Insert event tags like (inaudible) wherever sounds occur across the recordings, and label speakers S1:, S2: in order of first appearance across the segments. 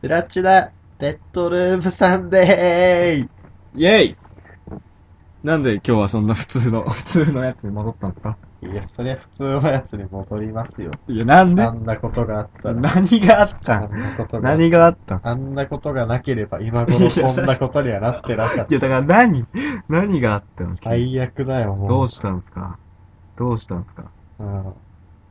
S1: プラチナ、ベッドルームサンデー
S2: イェイなんで今日はそんな普通の、 (laughs) 普通のやつに戻ったんですか
S1: いや、そりゃ普通のやつに戻りますよ。
S2: いや、なんで
S1: あんなことがあったら。
S2: 何があっ
S1: あ
S2: た
S1: んなことが。
S2: 何があった
S1: あんなことがなければ今頃こんなことにはなってなかっ
S2: いや、だ
S1: た。
S2: から何何があったの
S1: 最悪だよ、もう。
S2: どうしたんですかどうしたんですか
S1: うん。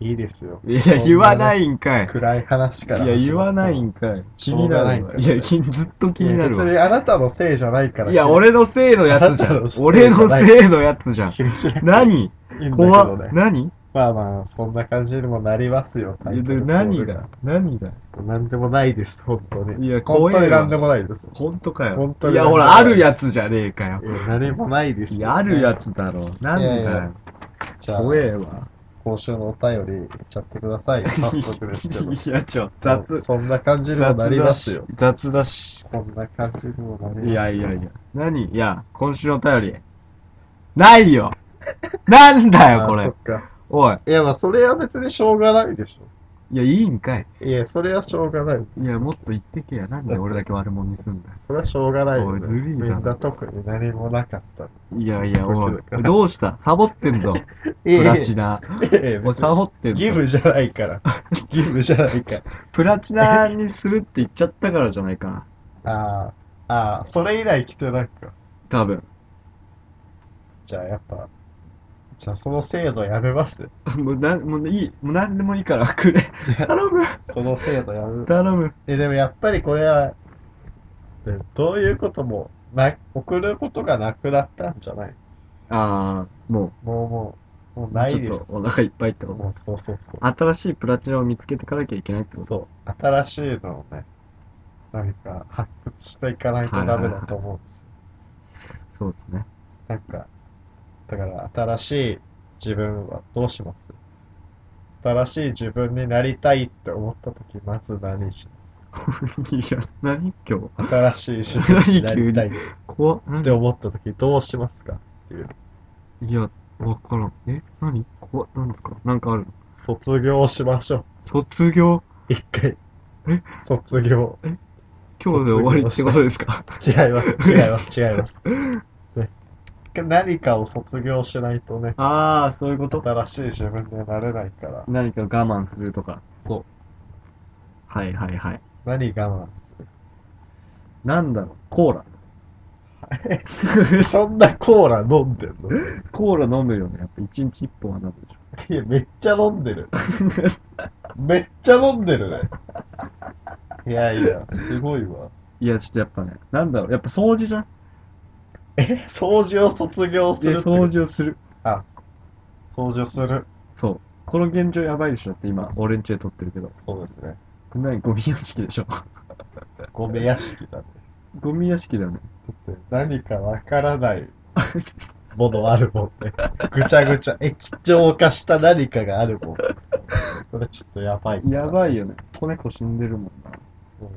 S1: いいですよ。
S2: いや、言わないんかい。
S1: 暗い話
S2: い
S1: から。
S2: や、言わないんかい。気になるわ。い
S1: しょうがないんだよ
S2: や、気にずっと気になる
S1: いや別
S2: わ。
S1: にあなたのせいじゃないから。
S2: いや、俺のせいのやつじゃ
S1: (laughs) あなた
S2: ん
S1: のせいじ。ゃな
S2: 俺
S1: い
S2: のせいのやつじゃん。
S1: 気にしなくて
S2: 何
S1: いいんだけ
S2: 怖
S1: ど
S2: っ
S1: ね。
S2: 何
S1: まあまあ、そんな感じにもなりますよ。
S2: いやで何が何が
S1: なんでもないです、本当に。
S2: いや
S1: 本
S2: 怖え
S1: 当
S2: わ
S1: になんでもないです。
S2: 本当か
S1: 本
S2: よ。
S1: 当に
S2: いや、ほら、あるやつじゃねえかよ
S1: い。や、何もないです、
S2: いや、あるや。つだろ。なんで
S1: いやい
S2: だ
S1: や
S2: よ。
S1: じゃあ、
S2: 怖えわ。
S1: 今週のお便り、いっちゃってくださ
S2: (laughs)
S1: い。早速ですけど。
S2: いや、ちょ、雑。
S1: そんな感じにもな
S2: 雑
S1: りま
S2: だ
S1: す
S2: し
S1: よ。。
S2: 雑だし。
S1: こんな感じにもなります。
S2: いやいやいや。何いや、今週のお便り。ない (laughs) よなんだ
S1: あ
S2: よ、こ
S1: そ
S2: れ
S1: っ。か。
S2: おい。
S1: いや、まあ、それは別にしょうがないでし
S2: いや、いいんかい。
S1: ょ。いや、それはしょうがない。
S2: いや、もっと言ってけや。なんで俺だけ悪者にすんだよ。
S1: それはしょうがないよ、
S2: お
S1: ね
S2: い。ずるいな
S1: みんな特に何もなかった。
S2: いやいや、お
S1: 時々
S2: い。どうしたサボってんぞ。プ
S1: プ
S2: ラチナ。
S1: ええ
S2: おい、サボってん
S1: 義
S2: ぞ。
S1: 務じゃないから。義務じゃないから。
S2: プラチナにするって言っちゃったからじゃないかな。
S1: ああ、ああ、それ以来来てないか。
S2: 多分。 (laughs)
S1: じゃあやっぱ、じゃあその制度やめます。
S2: もう、なん、もういい。もうなんでもいいから、 (laughs) くれ。頼む。。
S1: その制度やめ
S2: 頼む。
S1: え、でもやっぱりこれは、えどういうことも、な、送ることがなくなったんじゃない
S2: あー、も
S1: もうもう、もう
S2: う、
S1: な
S2: ち
S1: い
S2: ょ
S1: で
S2: っ
S1: す。
S2: とお
S1: も
S2: 腹いっぱいってこと
S1: うそうそうそ
S2: 新しいプラチナを見つけていかなきゃいけないって
S1: う。
S2: こと
S1: そう。新しいのをね、何か発掘していかないとダメだと思うんですよ。
S2: そうですね。 (laughs)
S1: なんか、だから新しい自分はどうします新しい自分になりたいって思ったとき、まず何しま
S2: いや、何今日
S1: す新しい自分になりたいっ
S2: 怖っ。何
S1: て思ったとき、どうしますかっていう。
S2: いや、わからん。え何怖っ。何ですかなんかあるの
S1: 卒業しましょう。
S2: 卒業
S1: 一回
S2: え。
S1: 卒業。
S2: 今日で終わりってことですか
S1: 違います、違います、違います。ね、何かを卒業しないとね、
S2: あー、そういうこと
S1: 新しい自分にはなれないから。
S2: 何か我慢するとか。
S1: そう。
S2: はいはいはい。
S1: 何我慢する
S2: なんだろうコーラ。
S1: そんなコーラ飲んでんの
S2: (laughs) コーラ飲むよね。やっぱ一日一本は飲むでしょ。
S1: いや、めっちゃ飲んでる。めっちゃ飲んでるね。いやいや、すごいわ。
S2: いや、ちょっとやっぱね、なんだろう、やっぱ掃除じゃん
S1: え、掃除を卒業す
S2: いや
S1: るって
S2: 掃除をする。
S1: 掃除をする。
S2: そう。この現状やばいでしょだって今、俺んちで撮ってるけど。
S1: そうですね。
S2: これ何ゴミ屋敷でしょ (laughs)
S1: ゴミ屋敷だね。
S2: ゴミ屋敷だよね。
S1: だって何かわからないものあるもんね。ぐちゃぐちゃ、液状化した何かがあるもん。これちょっとやばい。
S2: やばいよね。子猫死んでるもんな。
S1: うん。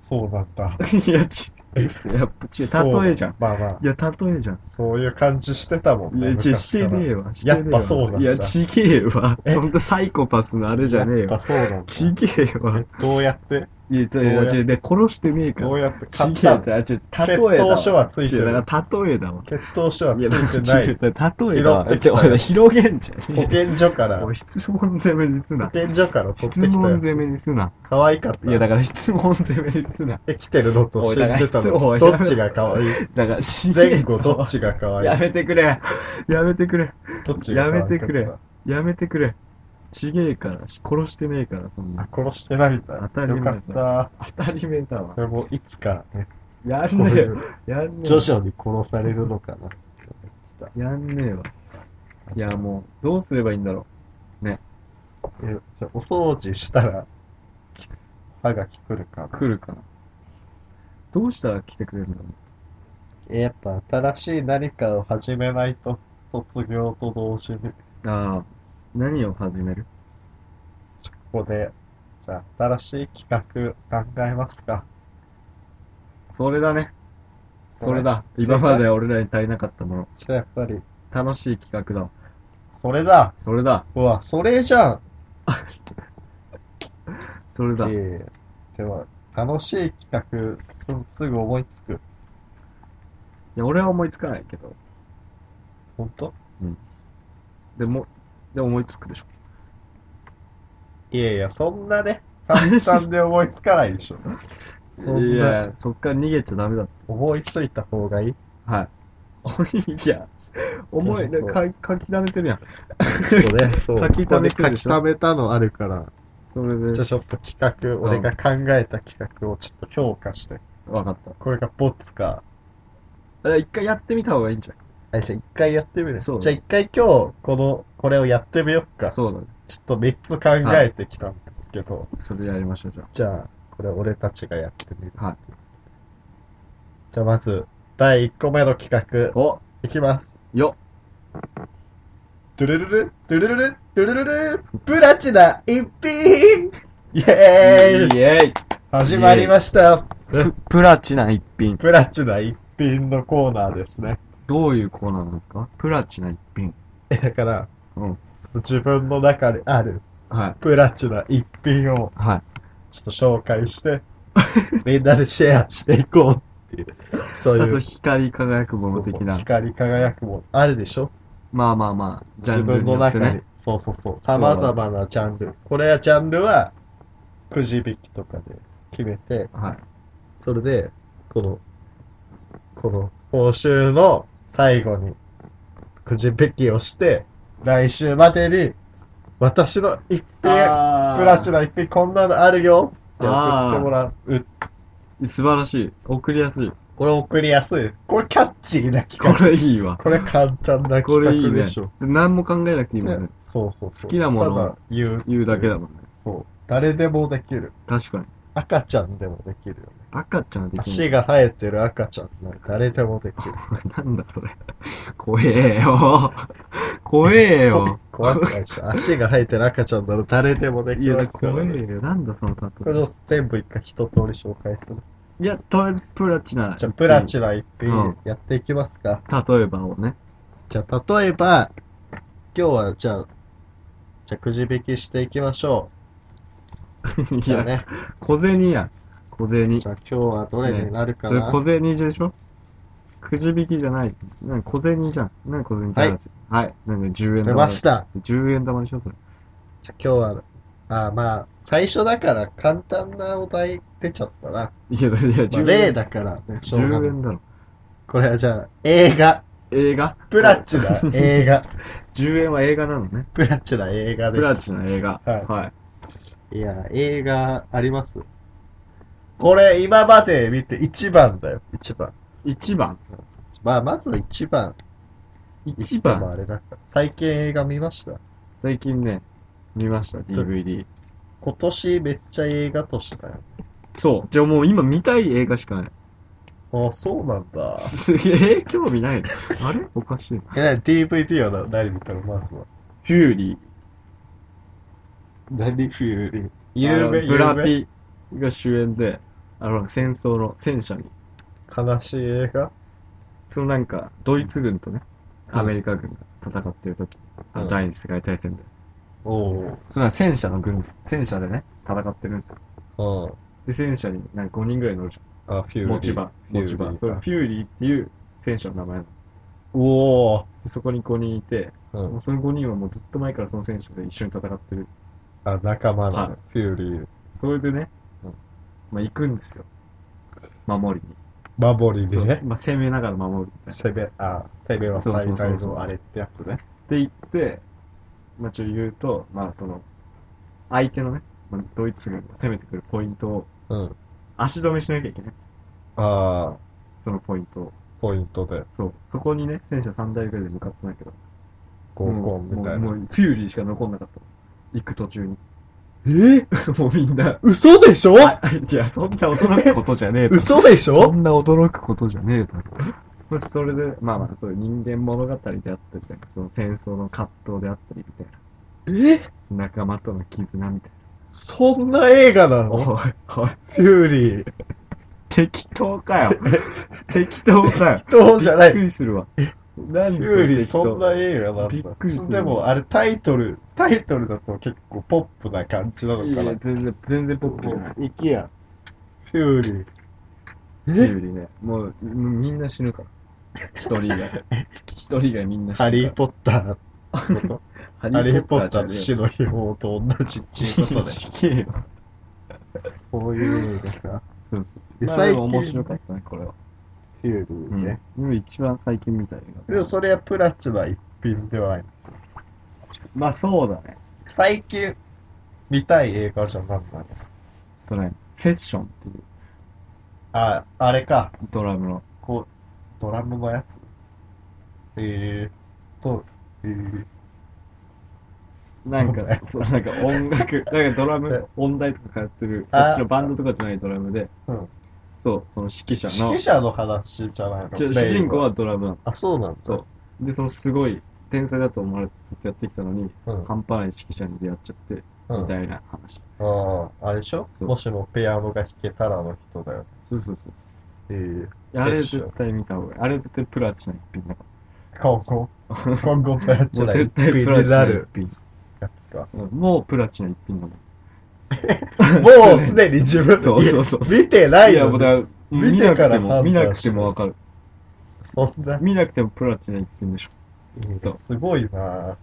S1: そうなんだ。 (laughs)
S2: いや、ち、やっぱ、ち、例えじゃん。
S1: まあまあ
S2: い、や、例えじゃん。
S1: そういう感じしてたもん
S2: いや、ち、してねえ
S1: よ。
S2: わ。してねえわ
S1: やっぱそうなんだ
S2: いや、ちげえわ。
S1: え
S2: そんなサイコパスのあれじゃねえ
S1: やっ
S2: わ
S1: ぱ。そうなんだ。
S2: ちげえわ。
S1: どうやって
S2: いや、
S1: うや
S2: ちょ、で、殺してねえか
S1: どう
S2: ら。
S1: やって
S2: ち
S1: 買っ
S2: げえ
S1: た
S2: わ。
S1: の
S2: ちょ、例
S1: 血
S2: えだ
S1: 統書
S2: わ。
S1: はついて
S2: ちょだ
S1: る。
S2: から例えだわ。
S1: 血統書はい
S2: や、
S1: ついてない。
S2: だから例えだわ。
S1: 拾って
S2: ち
S1: き
S2: ょ
S1: たよ
S2: 広げんじゃ
S1: 保
S2: ねえ
S1: 健所から
S2: よ。も、う質問攻めにす
S1: 保
S2: な。
S1: 健所から取って
S2: 質
S1: きた
S2: 問
S1: よ。
S2: 攻めにすな。
S1: 可愛かった。
S2: いや、だから質問攻めにすな。
S1: 生きてるのと死んでた
S2: お
S1: の。
S2: い
S1: ど
S2: だか
S1: っ
S2: ら
S1: ちが可愛い
S2: だから、ちげえ
S1: 前後
S2: わ
S1: どっちが可愛い
S2: やめてくれ。やめてくれ。
S1: どっちが可愛い
S2: やめてくれやめてくれ。ちげえから、し殺してねえから、そん
S1: あ
S2: な。、
S1: 殺してないみたい。
S2: 当たり前
S1: よ
S2: だ
S1: かった。
S2: 当たり前だわ
S1: こ。れもいつかね、
S2: やん
S1: こう
S2: ねえ
S1: い
S2: よ。
S1: う
S2: やんねえ
S1: 徐
S2: よ。
S1: 々に殺されるのかな。
S2: やんねえわ。いや、もう、どうすればいいんだろ
S1: えじゃあお掃除したら、歯がき来るか
S2: う。
S1: な。
S2: 来るかな。どうしたら来てくれるんだろ
S1: えやっぱ新しい何かを始めないと、卒業と同時に。
S2: う。ああ、何を始める
S1: ここで、じゃあ、新しい企画考えますか。
S2: それだね。それだ。
S1: それ
S2: 今まで俺らに足りなかったもの。
S1: じゃあ、やっぱり、
S2: 楽しい企画だわ。
S1: それだ
S2: それだ。
S1: うわ、それじゃん
S2: それだ。
S1: ええでは、楽しい企画、すすぐ思いつく。
S2: いや、俺は思いつかないけど。
S1: ほんと
S2: でも、でも思いつくでしょ。
S1: いやいや、そんなね、簡単で思いつかないでし (laughs) ょ。そん
S2: い
S1: な、
S2: や、そっから逃げちゃダメだって。
S1: 思いついた方がいい。
S2: (laughs) はい。いや、思い、
S1: いや
S2: か書き溜めてるやん。
S1: そうね、 (laughs) そう。
S2: 書き溜めてるでしょ
S1: ここで書き溜めたのあるから、
S2: それ
S1: じ
S2: で
S1: ゃあ、ちょっと企画、俺が考えた企画をちょっと評価して、
S2: わかった。
S1: これがボツか、
S2: だから一回やってみた方がいいんじゃない
S1: あ、じゃあ一回やってみる。じ
S2: そ
S1: ゃ
S2: う
S1: あ
S2: ね
S1: 一回今日、この、これをやってみようか。ち
S2: そ
S1: ょ
S2: うだね。
S1: っと3つ考えてきたんですけど、
S2: それやりましょう、じゃ
S1: じゃあ、これ俺たちがやってみる。
S2: はい
S1: じゃあまず、第1個目の企画
S2: あ。、お
S1: いきます。
S2: よ
S1: ドゥルルル、ドゥルルル、ドゥルルル、プラチナ一品イエーイ
S2: イエーイ
S1: 始まりました。
S2: ププラチナ一品。
S1: プラチナ一品のコーナーですね。
S2: どういうコーナーなんですかプラチナ一品。
S1: だから、
S2: うん。
S1: 自分の中にある
S2: はい。
S1: プラチナ一品を
S2: はい。
S1: ちょっと紹
S2: (laughs)
S1: 介して、みんなでシェアしていこうっていう。そうい
S2: あ
S1: う
S2: そう、。光り輝くもの
S1: そう
S2: 的
S1: そう
S2: な。
S1: 光り輝くもの。あるでしょ
S2: まあまあまあ、ジャ
S1: 自
S2: ンル
S1: 分
S2: に
S1: の
S2: よって
S1: 中に
S2: ね。。
S1: そうそうそう。様々なジャンル。これはジャンルは、くじ引きとかで決めて、
S2: はい。
S1: それで、この、この、今週の最後に、くじ引きをして、来週までに、私の一品、プラチナ一品こんなのあるよって送ってもらう。
S2: 素晴らしい。送りやすい。
S1: これ送りやすい。これキャッチーな
S2: こ
S1: 企画。
S2: れいいわ。
S1: これ簡単な
S2: こ
S1: 企
S2: れいい
S1: 画
S2: ね
S1: でしょ。。
S2: 何も考えなくていいもん
S1: ね
S2: ね。
S1: そうそうそう。
S2: 好きなものを
S1: ただ言う。
S2: 言うだけだもんね。
S1: そう。誰でもできる。
S2: 確かに。
S1: 赤ちゃんでもできるよね。
S2: 赤ちゃんはでき
S1: 足
S2: る。
S1: が生えてる赤ちゃんなら誰でもできる。
S2: なんだそれ。怖えよ。怖えよ。
S1: 怖くない
S2: (laughs)
S1: でしょ。足が生えてる赤ちゃんなら誰でもでき
S2: いや、
S1: る
S2: だ
S1: で
S2: か
S1: す
S2: ら
S1: から
S2: 怖
S1: ね、
S2: えよ。なんだそのタ
S1: これ
S2: ト
S1: を全部一回一通り紹介する。
S2: いや、とりあえずプラチナ。
S1: じゃあ、プラチナ一品
S2: うん
S1: やっていきますか。
S2: 例えばをね。
S1: じゃあ、例えば、今日はじゃあ、じゃあくじ引きしていきましょう。
S2: い
S1: (laughs) じゃあ
S2: や、
S1: ね。
S2: 小銭や。小銭
S1: じ。ゃあ今日はどれになるか
S2: それ
S1: な。
S2: 小銭でしょくじ引きじゃない。なんか小銭じゃん。なんか小銭じゃん。
S1: はい。
S2: はい。なんか10円
S1: 出
S2: 玉。
S1: ました。
S2: 10円玉でしょそれ。
S1: じゃあ今日は、あーまあ、最初だから簡単なお題出ちゃったな。
S2: いや、いや、
S1: まあ、
S2: 10
S1: 例
S2: 円。
S1: だから、ね、しょうが
S2: 10
S1: ない
S2: 円だろ。
S1: これはじゃあ、映画。
S2: 映画
S1: プラチナ映画。
S2: 10円は映画なのね。
S1: プラチナ映画
S2: プ
S1: で
S2: ラ
S1: す。
S2: チナ映画。
S1: はい
S2: はい
S1: や、映画ありますこれ、今まで見て一番だよ、一番。
S2: い。1番。
S1: まあ、まず一番。
S2: 1
S1: 一も
S2: 番。
S1: あれだから。最近映画見ました。
S2: 最近ね、見ました、DVD。
S1: 今年めっちゃ映画年だよ。
S2: そう。じゃあもう今見たい映画しかない。
S1: あ、そうなんだ。
S2: す (laughs) げえ興味ないの。あれおかしいな。
S1: え、DVD はな何見たのまずは。
S2: フューリー。
S1: 何フューリー。
S2: あ
S1: 有
S2: の
S1: 名、
S2: ブラ
S1: 有名
S2: ピが主演で、あの、戦争の戦車に
S1: 悲しい映画
S2: そのなんか、ドイツ軍とね、
S1: うん
S2: アメリカ軍が戦ってる時、あの
S1: うん
S2: 第二次世界大戦で。
S1: お
S2: その戦車の軍、戦車でね、戦ってるんですよ。
S1: お。うん。
S2: で、戦車になんか5人ぐらい乗るじ
S1: あ、フュ
S2: ゃ
S1: ーリ
S2: ん。
S1: ー。
S2: 持ち場。
S1: フュー
S2: 持
S1: リ
S2: ち
S1: ー
S2: 場。それフューリーっていう戦車の名前なの。
S1: おお。
S2: で、そこに5人いて、
S1: うん
S2: もうその5人はもうずっと前からその戦車で一緒に戦ってる。
S1: あ、仲間な
S2: は
S1: の
S2: い。
S1: フューリー。
S2: それでね
S1: うん、
S2: まあ行くんですよ。守りに。
S1: 守り
S2: そ
S1: に
S2: う
S1: ね。
S2: まあ攻めながら守るみたいな。
S1: 攻め、あ、攻めは
S2: そうそ
S1: 最
S2: うそ
S1: 大
S2: うそう
S1: のあれってやつね。
S2: って言って、まあ、ちょっと言うと、まあ、その、相手のね、まあ、ドイツ軍が攻めてくるポイントを
S1: うん。
S2: 足止めしなきゃいけない。
S1: ああ、
S2: そのポイントを。
S1: ポイントで、
S2: そう。そこにね、戦車3台ぐらいで向かってないけど。
S1: 合コンみたい
S2: も
S1: な
S2: う、。もうフューリーしか残んなかった。行く途中に。
S1: え
S2: (laughs) もうみんな、
S1: 嘘でしょ
S2: あいや、そんな驚くことじゃねえだろ
S1: 嘘でし
S2: そ
S1: ょ
S2: んな驚くことじゃねえだろ。まあ、それで、まあまあ、そういう人間物語であったり、なんかその戦争の葛藤であったりみたいな。
S1: え
S2: 仲間との絆みたい
S1: そんな映画な
S2: な。
S1: の
S2: お
S1: フ
S2: い、おい。
S1: ューリー。
S2: 適当かよ。適当かよ。
S1: そうじゃない。
S2: びっ
S1: フ
S2: くりするわ。何
S1: ューリー、そんな
S2: に。
S1: 映画なん
S2: びっ
S1: だ
S2: くりす。る
S1: でも、あれタイトル、タイトルだと結構ポップな感じなの
S2: い
S1: か
S2: や
S1: な。
S2: 全然、全然ポップじゃない。
S1: 行きや。フューリー。
S2: キュウリね。もう、うんみんな死ぬから。一人以外。一人以外みんな死ぬから。
S1: ハリー・ポッターのこと。ハリー・ポッターの
S2: 死
S1: 死
S2: ぬ。
S1: の紐と同じっていうこと (laughs) で。
S2: 死ぬ。
S1: そういう意味ですか。
S2: そうそうそう。
S1: で
S2: まあでも
S1: 最近
S2: 面白かったね、これは。
S1: フューリー
S2: うん。
S1: ね。
S2: でも一番最近見た映画。
S1: でもそれはプラチナ一品ではない。
S2: まあそうだね。
S1: 最近見たい映画じゃなんだね。
S2: ドラム。セッションっていう
S1: あ、あれか。
S2: ドラムの。
S1: こう、ドラムのやつ。えーと、えー、
S2: なん
S1: (laughs)
S2: か、そう、なんか音楽、なんかドラム、音大とかやってる、そ
S1: あ
S2: っちのバンドとかじゃないドラムで、
S1: うん
S2: そう、その指揮者の
S1: 指揮、者の話じゃないの
S2: ちょ主人公。
S1: レイ
S2: はドラムなの。
S1: あ、そうなんだ。
S2: そう。で、そのすごい、天才だと思われてずっとやってきたのに、
S1: うん。
S2: 半端ない指揮者に出会っちゃって、
S1: うん
S2: みたいな話。
S1: ああ、あれでしょ
S2: そう
S1: もしもペアノが弾けたらの人だよ。
S2: そうそうそう
S1: えー、
S2: そう。あれ
S1: セッショ
S2: 絶
S1: ン
S2: 対見た方がいい。あれ絶対プラチナ一品だか (laughs)
S1: 今後、今後プラチ
S2: ら。も
S1: ナ
S2: う絶
S1: 一
S2: 対
S1: 品に
S2: プラチナ
S1: な
S2: 一
S1: る
S2: 品。
S1: やつか。
S2: うんもうプラチナ一品だもん。
S1: (laughs) もうすでに自分
S2: そうそうそうそ
S1: 見てない
S2: いや、
S1: よ
S2: もう。だから
S1: 見
S2: 見
S1: て
S2: な
S1: か
S2: く
S1: ら
S2: て
S1: 判断
S2: も、見なくてもわかる。
S1: そんな、
S2: 見なくてもプラチナ一品でしょ。
S1: うんすごいな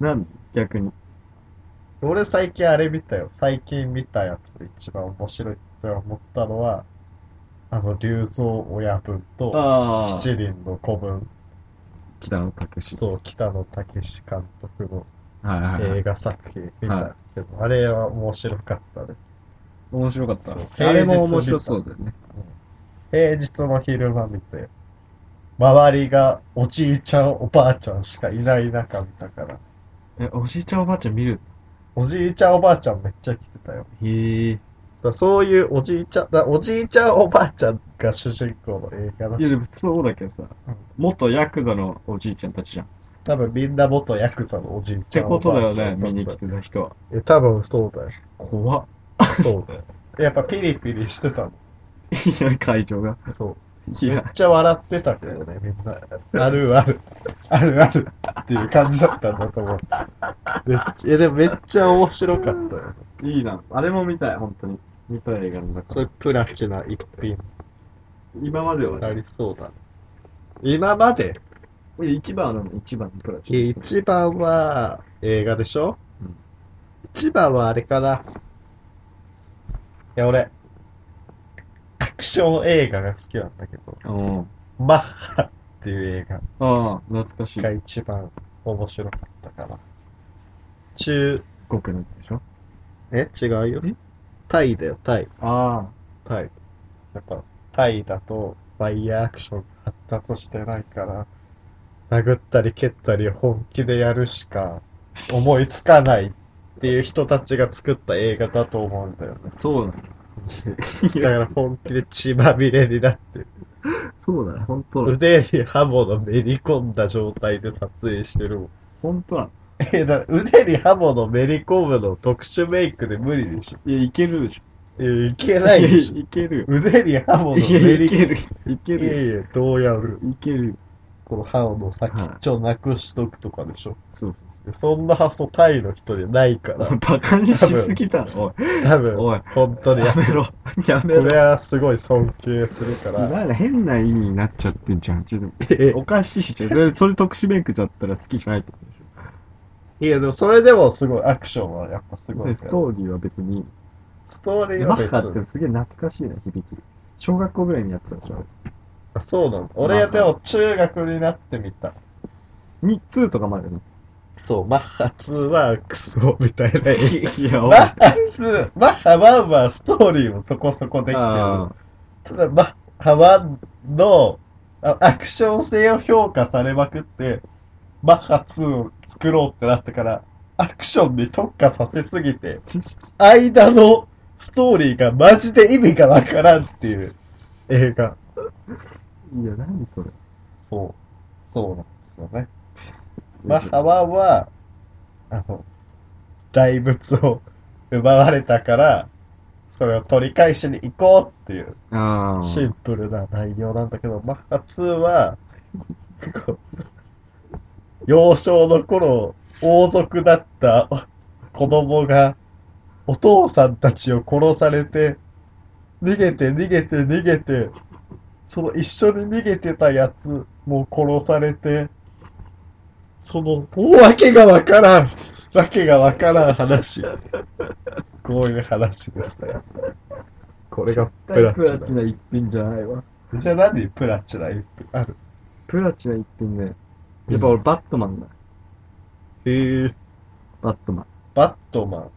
S2: なんで逆に。
S1: 俺最近あれ見たよ。最近見たやつで一番面白いって思ったのは、あの、竜蔵親分と、
S2: ああ。
S1: 七輪の子分、
S2: 北野武。
S1: そう、北野武監督の
S2: はいはいはい。
S1: 映画作品見たけど、あれは面白かったね。
S2: 面白かっ
S1: そう
S2: た。あれも面白そうだよね。
S1: 平日の昼間見て、周りがおじいちゃん、おばあちゃんしかいない中見たから、
S2: え、おじいちゃんおばあちゃん見る
S1: おじいちゃん、おばあちゃんめっちゃ来てたよ。
S2: へえ。い
S1: だからそういうおじいちゃん、だからおじいちゃん、おばあちゃんが主人公の映画だ
S2: やで
S1: し、
S2: もそうだけどさ
S1: うん、
S2: 元ヤクザのおじいちゃんたちじゃん。っ
S1: 多分みんな元ヤクザのおじいち
S2: て
S1: ゃん、
S2: こ
S1: お
S2: とだ
S1: ば
S2: よ
S1: あちゃ
S2: ね、
S1: んだ
S2: 見
S1: っ
S2: に
S1: た
S2: 来てた人は。
S1: え多分そうだよ。
S2: 怖っ。 (laughs)
S1: そうだよ。やっぱピリピリしてた
S2: いや、会場が。
S1: の。そう。
S2: (laughs) い
S1: めっ
S2: や、
S1: ちゃ笑ってたけどね、みんな。あるある。あるあるっていう感じだったんだと思う。めっちゃ、いやでもめっちゃ面白かったよ。
S2: いいな。あれも見たい、本当に。見たい映画の
S1: そ
S2: 中。
S1: れプラチナ一品
S2: 今までは
S1: あ
S2: ね、
S1: りそうだね。今まで
S2: いや一番は何だ一番のプラチナ。
S1: 一番は映画でしょ、
S2: うん
S1: 一番はあれかな。いや、俺、アクション映画が好きなんだけど、
S2: うん。
S1: マッハっていう映画
S2: ああ、懐かしい
S1: が。一番面白かったかな。中、
S2: 国のやつでしょ
S1: え違うよ
S2: え。
S1: タイだよ、タイ。
S2: あ
S1: タイ。やっぱ、タイだと、バイヤーアクション発達してないから、殴ったり蹴ったり本気でやるしか思いつかないっていう人たちが作った映画だと思うんだよね。
S2: あ、そう (laughs) なんだ。
S1: だから本気で血まみれになって、
S2: そうだね、本当だ。
S1: 腕に刃物めり込んだ状態で撮影してるもん。
S2: 本当だ。
S1: え、だ腕に刃物めり込むの特殊メイクで無理でしょ。
S2: いや、いけるでしょ。
S1: えいけないでしょ。
S2: いけるよ。
S1: 腕に刃物
S2: いや、
S1: めり
S2: い
S1: 込
S2: け
S1: む
S2: る。いけ。
S1: いや
S2: るよ。
S1: いや、どうやる
S2: いけるよ。
S1: この歯の先っちょなくしとくとかでしょ。
S2: そう
S1: そんな発想タイの人でないか
S2: そう。
S1: ら、
S2: バカにしすぎたの。
S1: 多
S2: おい、
S1: 分、
S2: おい、
S1: 本当に
S2: やめろ。やめ
S1: こ
S2: ろ。
S1: れはすごい尊敬するから、
S2: なんか変な意味になっちゃってんじゃん。ちょっ
S1: え
S2: とおかしいし、それ、それ特殊メイクだったら好きじゃないってことでし
S1: いやでもそれでもすごい、アクションはやっぱす
S2: ょ。
S1: ご
S2: で、
S1: い
S2: ス
S1: か
S2: ト
S1: ら。
S2: ーリーは別に、
S1: ストーリー
S2: マ
S1: は
S2: ッ
S1: 別
S2: ハって
S1: に。
S2: すげえ懐かしいな、響き。小学校ぐらいにやってたでしょ。
S1: あそうなの。俺でも中学になってみた。
S2: に、2とかまでね。
S1: そう、マッハ2はクソみたいな。
S2: いや、お
S1: マッハ2、マッハ1はストーリーもそこそこできてる。
S2: あ
S1: ただ、マッハ1のあアクション性を評価されまくって、マッハ2を作ろうってなったから、アクションに特化させすぎて、
S2: ー
S1: 間のストーリーがマジで意味がわからんっていう映画。
S2: いや、何それ。
S1: そう。そうなんですよね。マッハ1は、あの、大仏を奪われたから、それを取り返しに行こうっていう
S2: ああ。
S1: シンプルな内容なんだけど、マッハ2は、こう幼少の頃、王族だった子供が、お父さんたちを殺されて、逃げて逃げて逃げて、その一緒に逃げてたやつも殺されて、その、わけがわからん、わけがわからん話。こういう話ですね。これがプラ
S2: プ
S1: チ
S2: ラ
S1: ナ
S2: チ。ナ一品じゃないわ。
S1: じゃあなんでプラチナいっぱいある
S2: プラチナ一品ね。やっぱ俺バットマンだ。
S1: へえ。
S2: バットマン。
S1: バットマン。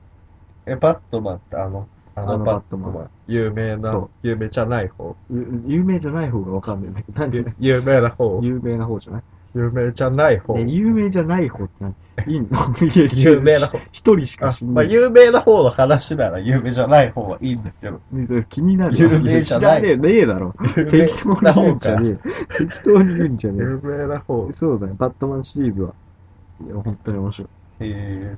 S1: え、バットマンってあの、あ
S2: あ
S1: の
S2: の
S1: バ
S2: バ
S1: ッ
S2: ッ
S1: ト
S2: ト
S1: マ
S2: マン
S1: ン。有名な
S2: そう、
S1: 有名じゃない方。
S2: ゆ有名じゃない方がわかんないんだ
S1: (laughs)
S2: けど、なんで
S1: ゆ有名な方。
S2: 有名な方じゃない
S1: 有名じゃない方。
S2: ね有名じゃない方って
S1: (laughs)
S2: 何いいのいや
S1: 有名な方。
S2: 一人しか
S1: あ、
S2: 死ん
S1: まあ、
S2: ない。
S1: 有名な方の話なら有名じゃない方はいいんだけど。
S2: ね気になる。
S1: 有名じゃない
S2: 知らね (laughs) え、ねえだろ。
S1: 有名
S2: 適当に
S1: な
S2: 言う
S1: 方
S2: んじゃ
S1: か。
S2: ね
S1: (laughs)
S2: え。適当に言うんじゃね
S1: 有名な方
S2: え。。そうだよ、バットマンシリーズは。いや、本当に面白い。
S1: へえ。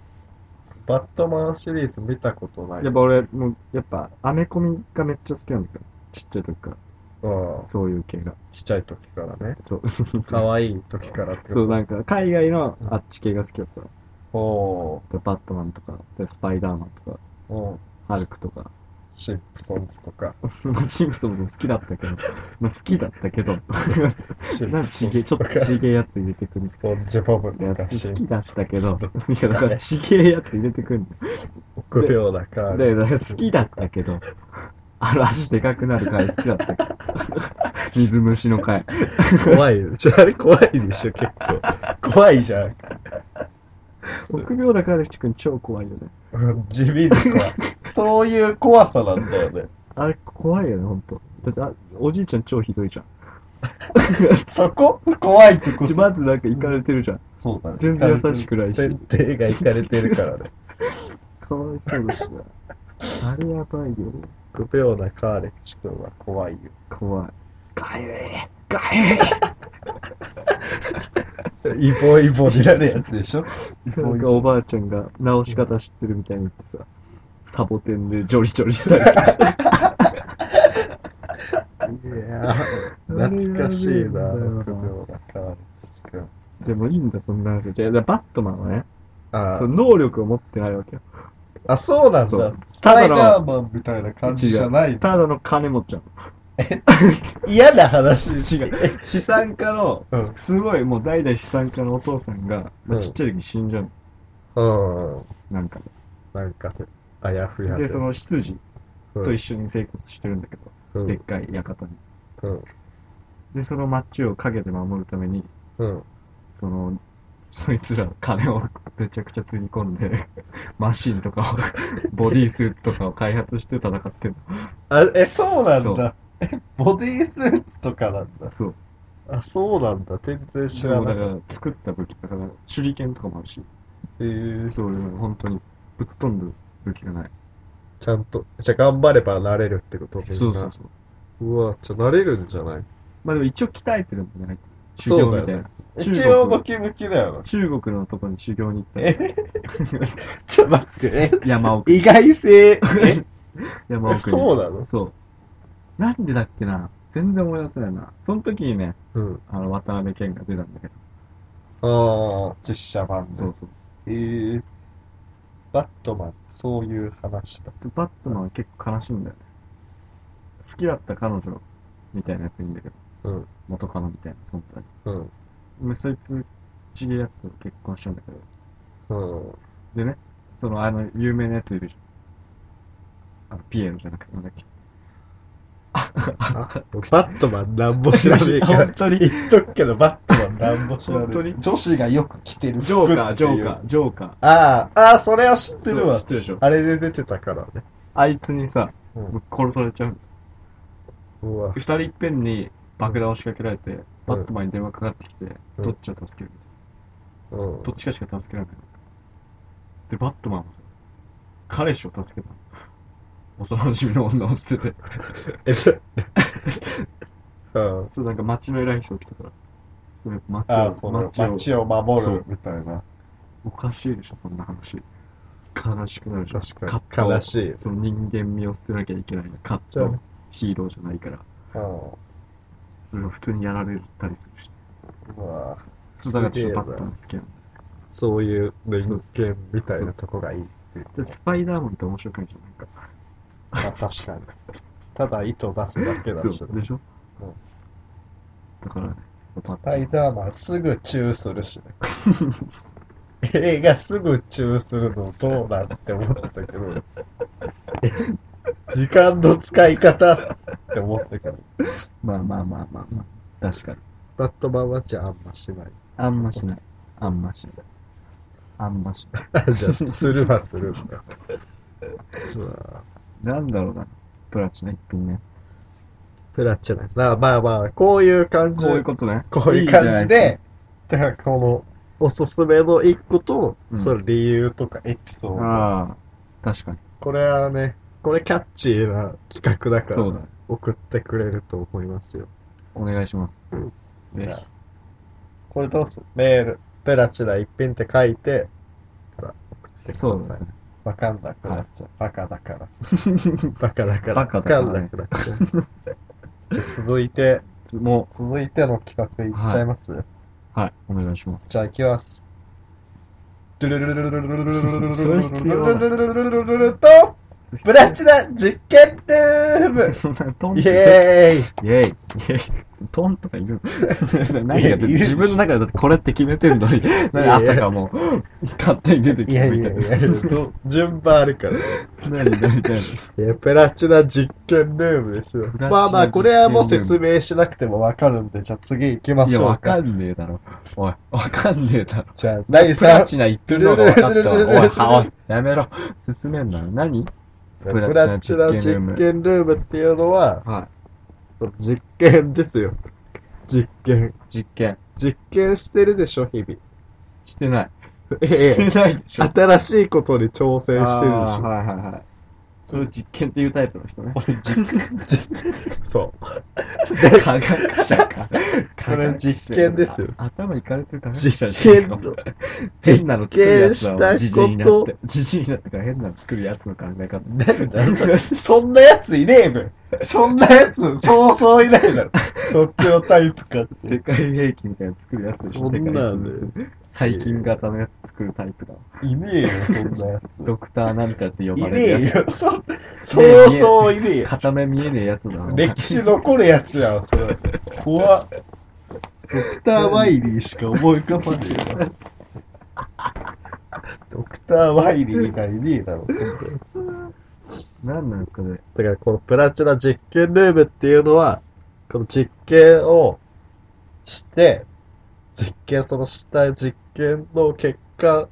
S1: バットマンシリーズ見たことない。
S2: やっぱ俺、もう、やっぱ、アメコミがめっちゃ好きなんだけど、ちっちゃい時か
S1: うん
S2: ら、そういう系が。
S1: ちっちゃい時からね。
S2: そう。
S1: 可愛い時からって
S2: そう、
S1: こ
S2: なんか、海外のあっち系が好きだった
S1: と。お
S2: でバットマンとか、でスパイダーマンとか、
S1: ーうん。
S2: ハルクとか。
S1: シップソンズとか。
S2: まあ、シンプソンも好きだったけど、まあ、好きだったけど、
S1: シ
S2: (laughs) なんか
S1: ップ
S2: ち
S1: ソ
S2: げ
S1: ン
S2: え、ちょっ
S1: ズと
S2: と
S1: か。
S2: ちげえやつ入れてくるん
S1: スポンジボブと
S2: や
S1: かシ
S2: つ好
S1: ッ
S2: きだっ
S1: プソン
S2: たけど、いや、だからちげえやつ入れてくるんだよ
S1: 臆病だか。ら。
S2: でだから好きだったけど、あの足でかくなる回好きだったけど、水虫の回。
S1: 怖いよ。じゃああれ怖いでしょ、結構。怖いじゃん。
S2: 臆病だから、ひちくん超怖いよね。
S1: うん地味に怖い。そういう怖さなんだよね。
S2: あれ、怖いよね、ほんと。だってあ、おじいちゃん超ひどいじゃん。
S1: そこ怖いってこ
S2: ち
S1: そ。
S2: まずなんか行かれてるじゃん。
S1: そうだね
S2: 全然優しくないし
S1: 前提がいかれてるからね。
S2: かわいそうだしな。あれやばいよ。
S1: 臆病なカーレキシ君は怖いよ。
S2: 怖い。かゆい。かゆい。
S1: イボイボになるやつでしょイ
S2: な
S1: ボイ
S2: んか
S1: ボ。
S2: おばあちゃんが直し方知ってるみたいに言ってさ、サボテンでジョリジョリしたり
S1: (laughs)
S2: さ。
S1: いやー懐かしいな、臆病なカーレキシ君。
S2: でもいいんだ、そんな話。じゃあ、バットマンはね、
S1: あ
S2: そ
S1: ー
S2: の能力を持ってないわけよ。
S1: あ、そうなん
S2: そ
S1: だ
S2: う。
S1: スパイダーマンみたいな感じじゃないんだ
S2: ただの金持っちゃう。
S1: 嫌な話。
S2: 違う。資産家の、
S1: うん。
S2: すごいもう代々資産家のお父さんが、まあ
S1: うん
S2: ちっちゃい時に死んじゃうの。
S1: うん。
S2: なんか。
S1: なんかね、あやふや
S2: で、その執事
S1: うん
S2: と一緒に生活してるんだけど、
S1: うん
S2: でっかい館に。
S1: うん。
S2: で、その町を陰で守るために、
S1: うん。
S2: その、そいつら金をめちゃくちゃつぎ込んで、マシンと
S1: (laughs)
S2: かを、ボディースーツとかを開発して戦ってん
S1: あ、え、そうなん
S2: そ
S1: だ。え、ボディースーツとかなんだ
S2: の。。そう。
S1: あ、そうなんだ。全然知
S2: で
S1: ら
S2: も
S1: な
S2: だ
S1: い。
S2: から作った武器、だから手裏剣とかもあるし、
S1: えー、
S2: そういう本当にぶっ飛んだ武器がない。
S1: ちゃんと。じゃあ頑張ればなれるってことみんな
S2: そうそうそう。
S1: うわ、じゃあなれるんじゃない
S2: まあでも一応鍛えてるんだね、あいつ。修
S1: そ
S2: 行
S1: うだよね
S2: みたいな。中国
S1: 一応ムキムキだよな。
S2: 中国のとこに修行に行っ
S1: え (laughs) ちょ、待って、
S2: た。山奥。
S1: え、意外性。 (laughs) え、
S2: 山奥に。
S1: そうなの
S2: そう。なんでだっけな。全然思い出せないな。その時にね、
S1: うん。
S2: あの、渡辺謙が出たんだけど。
S1: ああ、実写版で。
S2: そうそう。
S1: えー、バットマン、そういう話だ。
S2: バットマンは結構悲しいんだよね。好きだった彼女みたいなやついいんだけど、
S1: うん、
S2: 元カノみたいな存在。
S1: うん、
S2: でそいつ、ちげえやつと結婚したんだけど、
S1: う
S2: で
S1: ん。
S2: ね、そのあの有名なやついるじゃん。あの、ピエロじゃなくてなんだっけ。
S1: あバットマンなんも知らねえか
S2: (laughs)
S1: ら。
S2: 本当
S1: (laughs)
S2: に
S1: 言っとくけど、バットマンなんも知らねえ。
S2: 本当に
S1: 女子がよく着てる
S2: ジョ
S1: 服ってい
S2: ー
S1: う。
S2: カー、ジョーカー、ジョーカー。
S1: ああ、ああ、それは知ってる
S2: そう
S1: わ
S2: 知っ。てるでしょ。
S1: あれで出てたからね。
S2: あいつにさ、
S1: うん
S2: もう殺されちゃう。
S1: うわ。
S2: 二人いっぺんに爆弾を仕掛けられて、バットマンに電話かかってきて、
S1: うん
S2: どっちを助けるみたい
S1: うん (laughs)
S2: な。どっちかしか助けられない。で、バットマンはさ、彼氏を助けたの。 (laughs) 幼馴染の女を捨て
S1: (laughs)
S2: て。
S1: えうん。
S2: そう、なんか街の偉い人来たから。そう、街
S1: ああ、そ
S2: を、
S1: の
S2: 街を。
S1: 街を守
S2: そ
S1: る
S2: う
S1: みたいな。
S2: おかしいでしょ、そんな話。悲しくなるじゃん。
S1: 確
S2: カ
S1: か
S2: ッパ
S1: に。
S2: を
S1: 悲しい。うん。
S2: その人間味を捨てなきゃいけないカッ
S1: じゃ
S2: ト
S1: あ
S2: ヒーローじゃないから。それが普通にやられたりするし。
S1: うわ
S2: そうだからちょっとバ
S1: すげえな
S2: ットマン好きなの。
S1: そういう人間みたいなとこがいい。っていう。 (laughs)
S2: でスパイダーマンって面白くないじゃん。なんか。
S1: まあ確かに。ただ糸を出すだけだし
S2: そう。でしょ、
S1: うん
S2: だからね、
S1: スパイダーマンすぐチューするしね。 (laughs) 映画すぐチューするのどうなんって思ってたけど。え時間の使い方って思ったけど。
S2: まあまあまあまあまあ。確かに。
S1: バットマンはじゃああんましない。
S2: あんましない。あんましない。あんましない。
S1: (laughs) じゃあするはするん (laughs) だ。うわ
S2: なんだろうな。プラチナ一品ね。
S1: プラッチャだな。まあまあ、こういう感じ。
S2: こういうことね。
S1: こういう感じで、だからこの、おすすめの一個と、
S2: うん
S1: その理由とかエピソード。
S2: ああ、確かに。
S1: これはね、これキャッチーな企画だか
S2: そう
S1: ら、
S2: だね。
S1: 送ってくれると思いますよ。
S2: お願いします。
S1: うん
S2: ぜ
S1: じゃ
S2: ひ
S1: あ。これどうするメール、ペラチナ一品って書いて、から送ってください。
S2: そうですね。
S1: わかんなくなっちゃう。バカだ
S2: (laughs)
S1: から。バカだから。
S2: バカだからね
S1: わんなくなっ
S2: (laughs)
S1: ちゃう。じゃあ続いて、
S2: も
S1: 続いての企画いっちゃいます、
S2: う、はい、お願いします。
S1: じゃあ行きます。ドゥルルルルルルルルルルルルルルルルルルルルルルルルと、ブラチナ実験ルー
S2: (laughs)
S1: ム
S2: そんな、トン
S1: イェーイ
S2: イェイイェイトンとかいる
S1: (laughs)
S2: の何やってる
S1: いやいるで
S2: 自
S1: しょ
S2: 分の中でだってこれって決めてんの
S1: (laughs)
S2: に、何あったかもう、勝手に出てき
S1: いや
S2: た
S1: い
S2: みた
S1: や
S2: い
S1: い
S2: な。
S1: や、順番あるから。
S2: (laughs) 何何何
S1: えプラチナ実験ルームですよ。
S2: プラチナ実験ルーム
S1: まあまあ、これはもう説明しなくてもわかるんで、じゃあ次行きま
S2: い
S1: し
S2: や、
S1: ょう
S2: わか
S1: か。
S2: んねえだろ。おい、わかんねえだろ。
S1: じゃあ、第
S2: プラ
S1: 3
S2: チナ言ってるのがわか
S1: (laughs)
S2: ったわ。
S1: ルルルルルル
S2: おい、はおい、やめろ。進めんな。何
S1: プラチナ実験ルームっていうのは、
S2: は
S1: 実験ですよ。実験
S2: い。。実験。
S1: 実験してるでしょ、日
S2: (laughs)
S1: 々。
S2: してない。
S1: ええ
S2: してないでしょ。
S1: 新しいことに挑戦してるでし
S2: あー
S1: ょ。
S2: はいはいはい。それを実験っていうタイプの
S1: (laughs)
S2: 人ね。
S1: そう。
S2: 科学者か。
S1: これ実験ですよ
S2: あ頭いかれてる科学者
S1: 実
S2: じゃ
S1: 験
S2: ん
S1: の、
S2: 変なの作るやつ
S1: 実
S2: は
S1: 験
S2: じ
S1: し
S2: じ
S1: た
S2: い
S1: こと
S2: になって、じじいになってから変なの作るやつの考え方。
S1: なんだそれ (laughs) そんなやついねえべ。そんなやつ、そうそういないだろ。そっちのタイプかって
S2: 世界兵器みたいなの作るやつでしょ、
S1: そ
S2: 世
S1: ん
S2: 界
S1: な
S2: に
S1: ん
S2: 潰。
S1: です
S2: 細菌型のやつ作るタイプだわ。
S1: いねえよ、そんなやつ。
S2: ドクターなんちゃって呼
S1: い
S2: ば
S1: ね
S2: れ
S1: え
S2: るや
S1: よ、そそうそういねえよ
S2: つ。。片目見えねえやつだわ。
S1: 歴史残るやつやん、それ。怖っ。ドクター・ワイリーしか思い浮かばねえよ。ドクター・ワイリー以外いねえだろ、そんなやつ
S2: 何なんですかね。
S1: だからこのプラチナ実験ルームっていうのは、この実験をして、実験、そのした実験の結果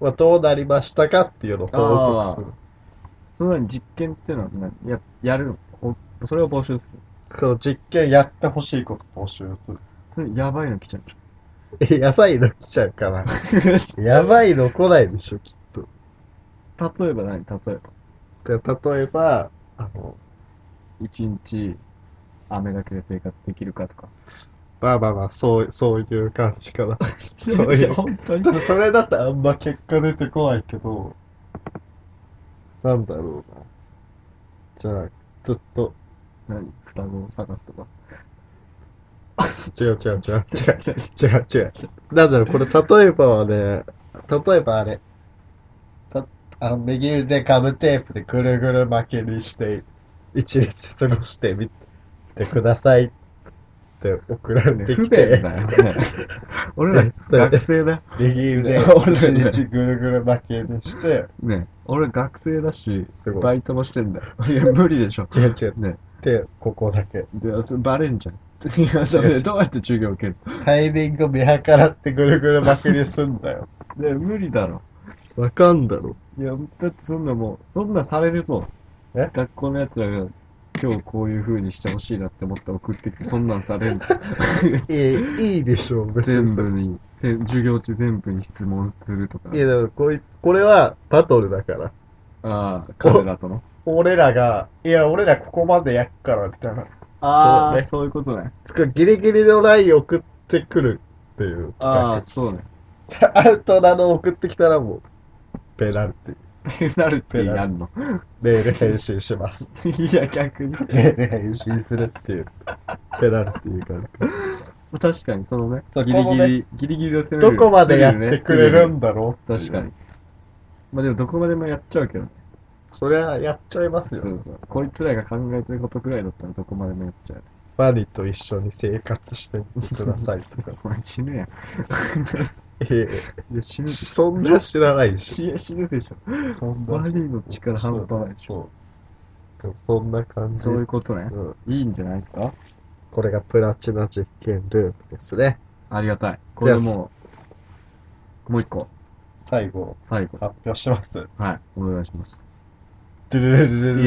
S1: はどうなりましたかっていうのを報告する。
S2: その実験っていうのは何や、やるのおそれを募集する。
S1: この実験やってほしいこと募集する。
S2: それやばいの来ちゃうじゃん
S1: え、 (laughs) やばいの来ちゃうかな。 (laughs) やばいの来ないでしょ、きっと。
S2: 例えば何例えば。
S1: で例えば、あの、
S2: 一日雨だけで生活できるかとか。
S1: まあまあまあ、そう、そういう感じかな。そういう
S2: 本当に
S1: でも (laughs) それだとあんま結果出てこないけど、なんだろうな。じゃあ、ずっと、
S2: 何双子を探すと
S1: (laughs)
S2: か。
S1: 違う違う違う違う違う違う。なんだろう、これ例えばはね、例えばあれ、たあの右腕ガムテープでぐるぐる巻きにして、一日過ごしてみてくださいって送られて
S2: 不
S1: き
S2: 便
S1: て、
S2: だ
S1: (laughs)
S2: よね。俺ら学生だよ。(laughs)
S1: 右腕一日ぐるぐる巻きにして、
S2: ね俺学生だし、
S1: すごい
S2: バイトもしてんだよ。いや、無理でしょ。
S1: 違う違う
S2: ね
S1: って、ここだけ。
S2: で、それバレんじゃん。いやそれどうやって授業受ける
S1: タイミング見計らってぐるぐる巻きにすんだよ。
S2: ので無理だろ。
S1: わかんだろ。
S2: いや、だってそんなもう、そんなされるぞ。
S1: え
S2: 学校の奴らが、今日こういう風にしてほしいなって思って送ってき (laughs) て、そんなんされんぞ。
S1: えいいでしょう、別
S2: 全
S1: に。
S2: 部に、せ授業中全部に質問するとか
S1: い。や、でもこい、これはバトルだから。
S2: ああ、彼らとの。
S1: 俺らが、いや、俺らここまでやっから、みたいな。
S2: あ
S1: そう
S2: あ、
S1: ね
S2: そういうことね。
S1: つか、ギリギリのライン送ってくるっていう
S2: あ
S1: 企
S2: あ、そう (laughs) ね。
S1: 画。アウトなの送ってきたらもう、ペナルティ。
S2: ペナルティやんの。
S1: メール返信します。
S2: いや、逆に。
S1: (laughs) メール返信するっていう、ペナルティが。
S2: 確かに、そのね
S1: そう、
S2: ギリ
S1: こ
S2: ギ
S1: の
S2: リ、ギリギリを攻め
S1: ど
S2: る。
S1: こまでやってくれる
S2: ん
S1: んだろうっていう
S2: 確かに。まあでもどこまでもやっちゃうけどね。
S1: そりゃ、やっちゃいます
S2: そ
S1: よ。
S2: うそう。こいつらが考えてることくらいだったらどこまでもやっちゃう。
S1: マリと一緒に生活してくださいとか。
S2: お前死ぬやん。い
S1: え
S2: や死
S1: え、
S2: ぬ。
S1: そんな知らないでし
S2: 死死ぬでしょ。
S1: ょ。そんな
S2: バディの力半端ないでしょ。
S1: そう。でもそんな感じ。
S2: そういうことね。
S1: うん
S2: いいんじゃないですか
S1: これがプラチナ実験ループですね。
S2: ありがたい。これもう、もう一個、
S1: 最後、
S2: 最後。
S1: 発表します。
S2: はい、お願いします。
S1: い
S2: い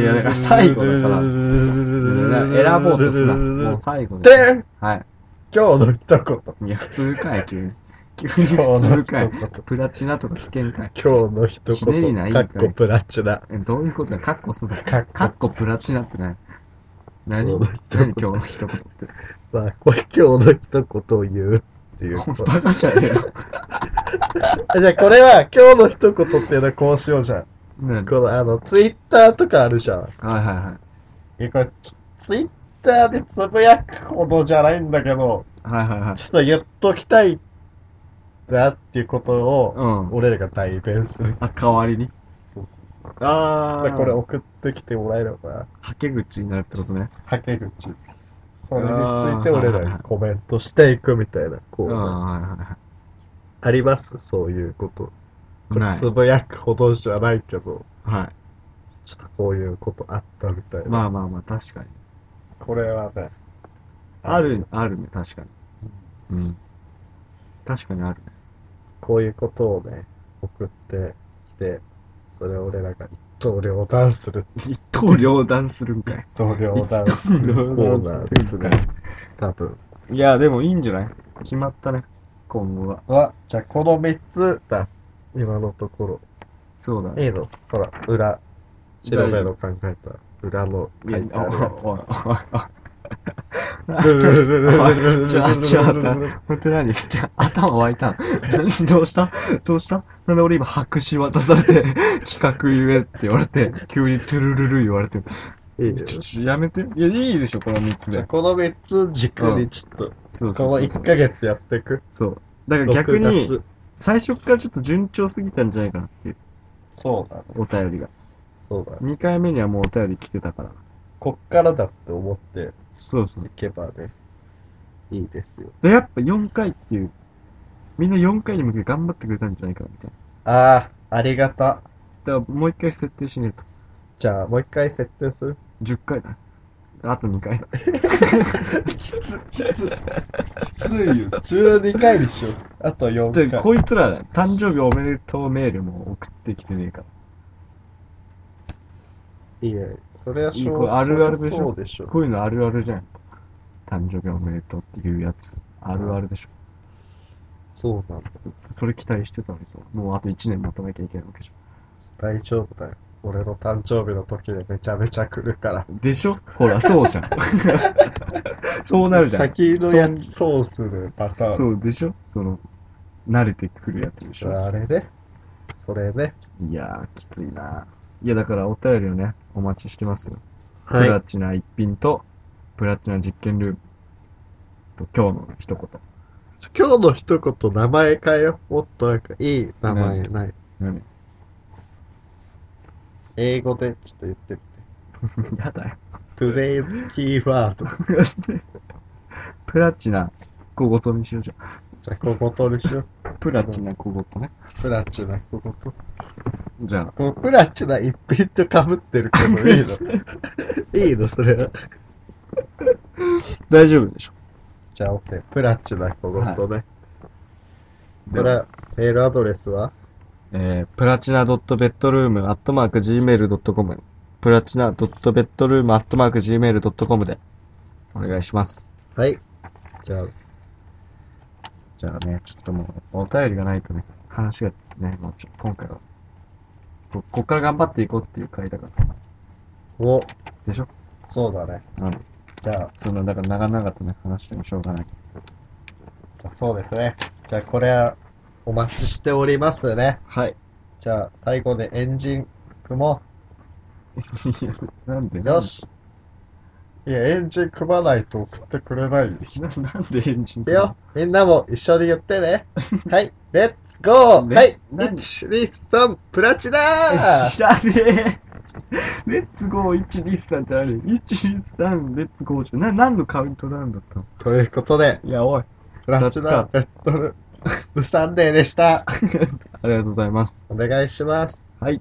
S2: やだから最後だから選ぼうとすな。もう最後です
S1: で
S2: はい。
S1: 今日の一言。
S2: いや、普通かい、急に。急に
S1: 今日
S2: 普
S1: の
S2: 通かい
S1: 一。言。
S2: プラチナとかつけんかい。
S1: 今日の一
S2: ひねりない
S1: 言。
S2: ん
S1: か
S2: かい
S1: っこプラチナ。
S2: えどういうことだカッコすな。
S1: かっ
S2: カッ
S1: こ
S2: コプラチナって何何
S1: 今日の一
S2: 何
S1: 言
S2: 今日の一言って。
S1: まあ、これ今日の一言を言うって (laughs) いうこと。
S2: バカじゃねえの
S1: あじゃあこれは今日の一言っていうのはこうしようじゃん。
S2: 何
S1: このあの、ツイッターとかあるじゃん。
S2: はいはいはい。
S1: いやこれツ、ツイッターでつぶやくほどじゃないんだけど、
S2: はいはいはい。
S1: ちょっと言っときたいなっていうことを、
S2: うん。
S1: 俺らが代弁する。
S2: あ、代わりに。
S1: そうそうそう。
S2: あ
S1: これ送ってきてもらえれば、
S2: はけ口になるってことね。
S1: はけ口。それについて俺らにコメントしていくみたいな、こ
S2: うん、
S1: う、
S2: はいはい
S1: ありますそういうこと。こ
S2: は
S1: れ
S2: い。
S1: つぶやくほどじゃないけど、
S2: ない。はい。
S1: ちょっとこういうことあったみたいな。
S2: まあまあまあ、確かに。
S1: これはね、
S2: ある、あるね、確かに。うん。確かにあるね。
S1: こういうことをね、送ってきて、それを俺らが一刀両断する、
S2: 一刀両断するんかい。
S1: 一刀両断するコーナーですね。多分。
S2: いや、でもいいんじゃない決まったね。今後は。
S1: は、じゃあこの3つだ。今のところ。
S2: そうだね。
S1: いいのほら、裏。白目の考えた裏の
S2: いや
S1: 書い、て
S2: お
S1: あ
S2: い
S1: るやつ。
S2: おい (laughs) おい。ちょ、ちょ、待って、
S1: ち
S2: ほんと何ちょ、頭湧いたん (laughs) 何どうしたどうしたなんで俺今白紙渡されて、 (laughs) 企画言えって言われて、急にトゥルルル言われて。ちょ、ちょ、やめて。いや、いいでしょ、この3つ
S1: じゃあ
S2: で。
S1: この3つ軸にちょっと、
S2: そう
S1: この1ヶ月やってい (laughs) く。
S2: そう。だから逆
S1: 6
S2: に、
S1: 月
S2: 最初からちょっと順調すぎたんじゃないかなっていう、
S1: そうだね。
S2: お便りが。
S1: そうだね。
S2: 2回目にはもうお便り来てたから。
S1: こっからだって思って
S2: そうそう
S1: い。けばね、いいですよ。
S2: で、やっぱ4回っていう、みんな4回に向けて頑張ってくれたんじゃないかな、みたい
S1: ああ、ありがた。
S2: な。だからもう1回設定しねえと。
S1: じゃあ、もう一回設定する
S2: 10回だ。あと2回だ。
S1: (laughs) きつ、きつ。きついよ。12回にしよう。あと
S2: で、
S1: 4回。
S2: こいつらだ、誕生日おめでとうメールも送ってきてねえから。
S1: いいね。それはしょ
S2: いいこれあるあるでしょ
S1: そうでしょ。
S2: こういうのあるあるじゃん。誕生日おめでとうっていうやつ。あるあるでしょ。
S1: そうなんです。
S2: それ期待してたんですよ。もうあと1年待たなきゃいけないわけでしょ。
S1: 大丈夫だよ。俺の誕生日の時でめちゃめちゃ来るから。
S2: でしょほら、そうじゃん。そうなるじゃん。
S1: 先のやつ、そうするパターン。
S2: そうでしょその、慣れてくるやつでしょ
S1: あれね。それね。
S2: いやー、きついなー。いや、だからお便りをね、お待ちしてますよ。プラ
S1: は
S2: チナ一品と、プラチナ実験ルームと、今日の一言。
S1: い。今日の一言、名前変えよう。もっとなんかいい名前ない。
S2: 何 (laughs)
S1: 英語でちょっと言ってみて。
S2: やだよ。
S1: Today's key word.
S2: プラチナ小言にしようじゃ
S1: じゃあ、小言にしよう。
S2: ん。プラチナ小言ね。
S1: プラチナ小言。
S2: じゃあ、
S1: このプラチナ一品と被ってるけど、いい (laughs) のいいの、それは。
S2: 大丈夫でしょ。
S1: じゃあ、OK。プラチナ小言ね。それ
S2: では
S1: は、メールアドレスは
S2: えー、プラチナ .bedroom.gmail.com プラチナ .bedroom.gmail.com でお願いします。
S1: はい。じゃあ、
S2: じゃあね、ちょっともう、お便りがないとね、話がね、もうちょ、今回は、ここっから頑張っていこうっていう回だから。
S1: お、
S2: でしょ
S1: そうだね。
S2: うん。
S1: じゃあ、
S2: そんな、だから長々とね、話してもしょうがない。
S1: そうですね。じゃあ、これは、お待ちしておりますね。
S2: はい。
S1: じゃあ、最後でエンジン組も
S2: (laughs) なんで
S1: う。よ。し。いや、エンジン組まないと送ってくれな
S2: ななん
S1: いよ。
S2: でエ (laughs) ンジン
S1: いくよ、みんなも一緒に言って (laughs) ね。はい、レッツゴー
S2: ね
S1: はい、
S2: 何
S1: 1、2、3、プラチナ
S2: 知らねえ。 (laughs) レッツゴー123ってある ?123 レッツゴーじゃん。な、何のカウントダウンだったの
S1: ということで、
S2: いや、おい。
S1: プラチ
S2: 雑か
S1: ナベッドル、サンデーでした。
S2: ありがとうございます。
S1: お願いします。
S2: はい。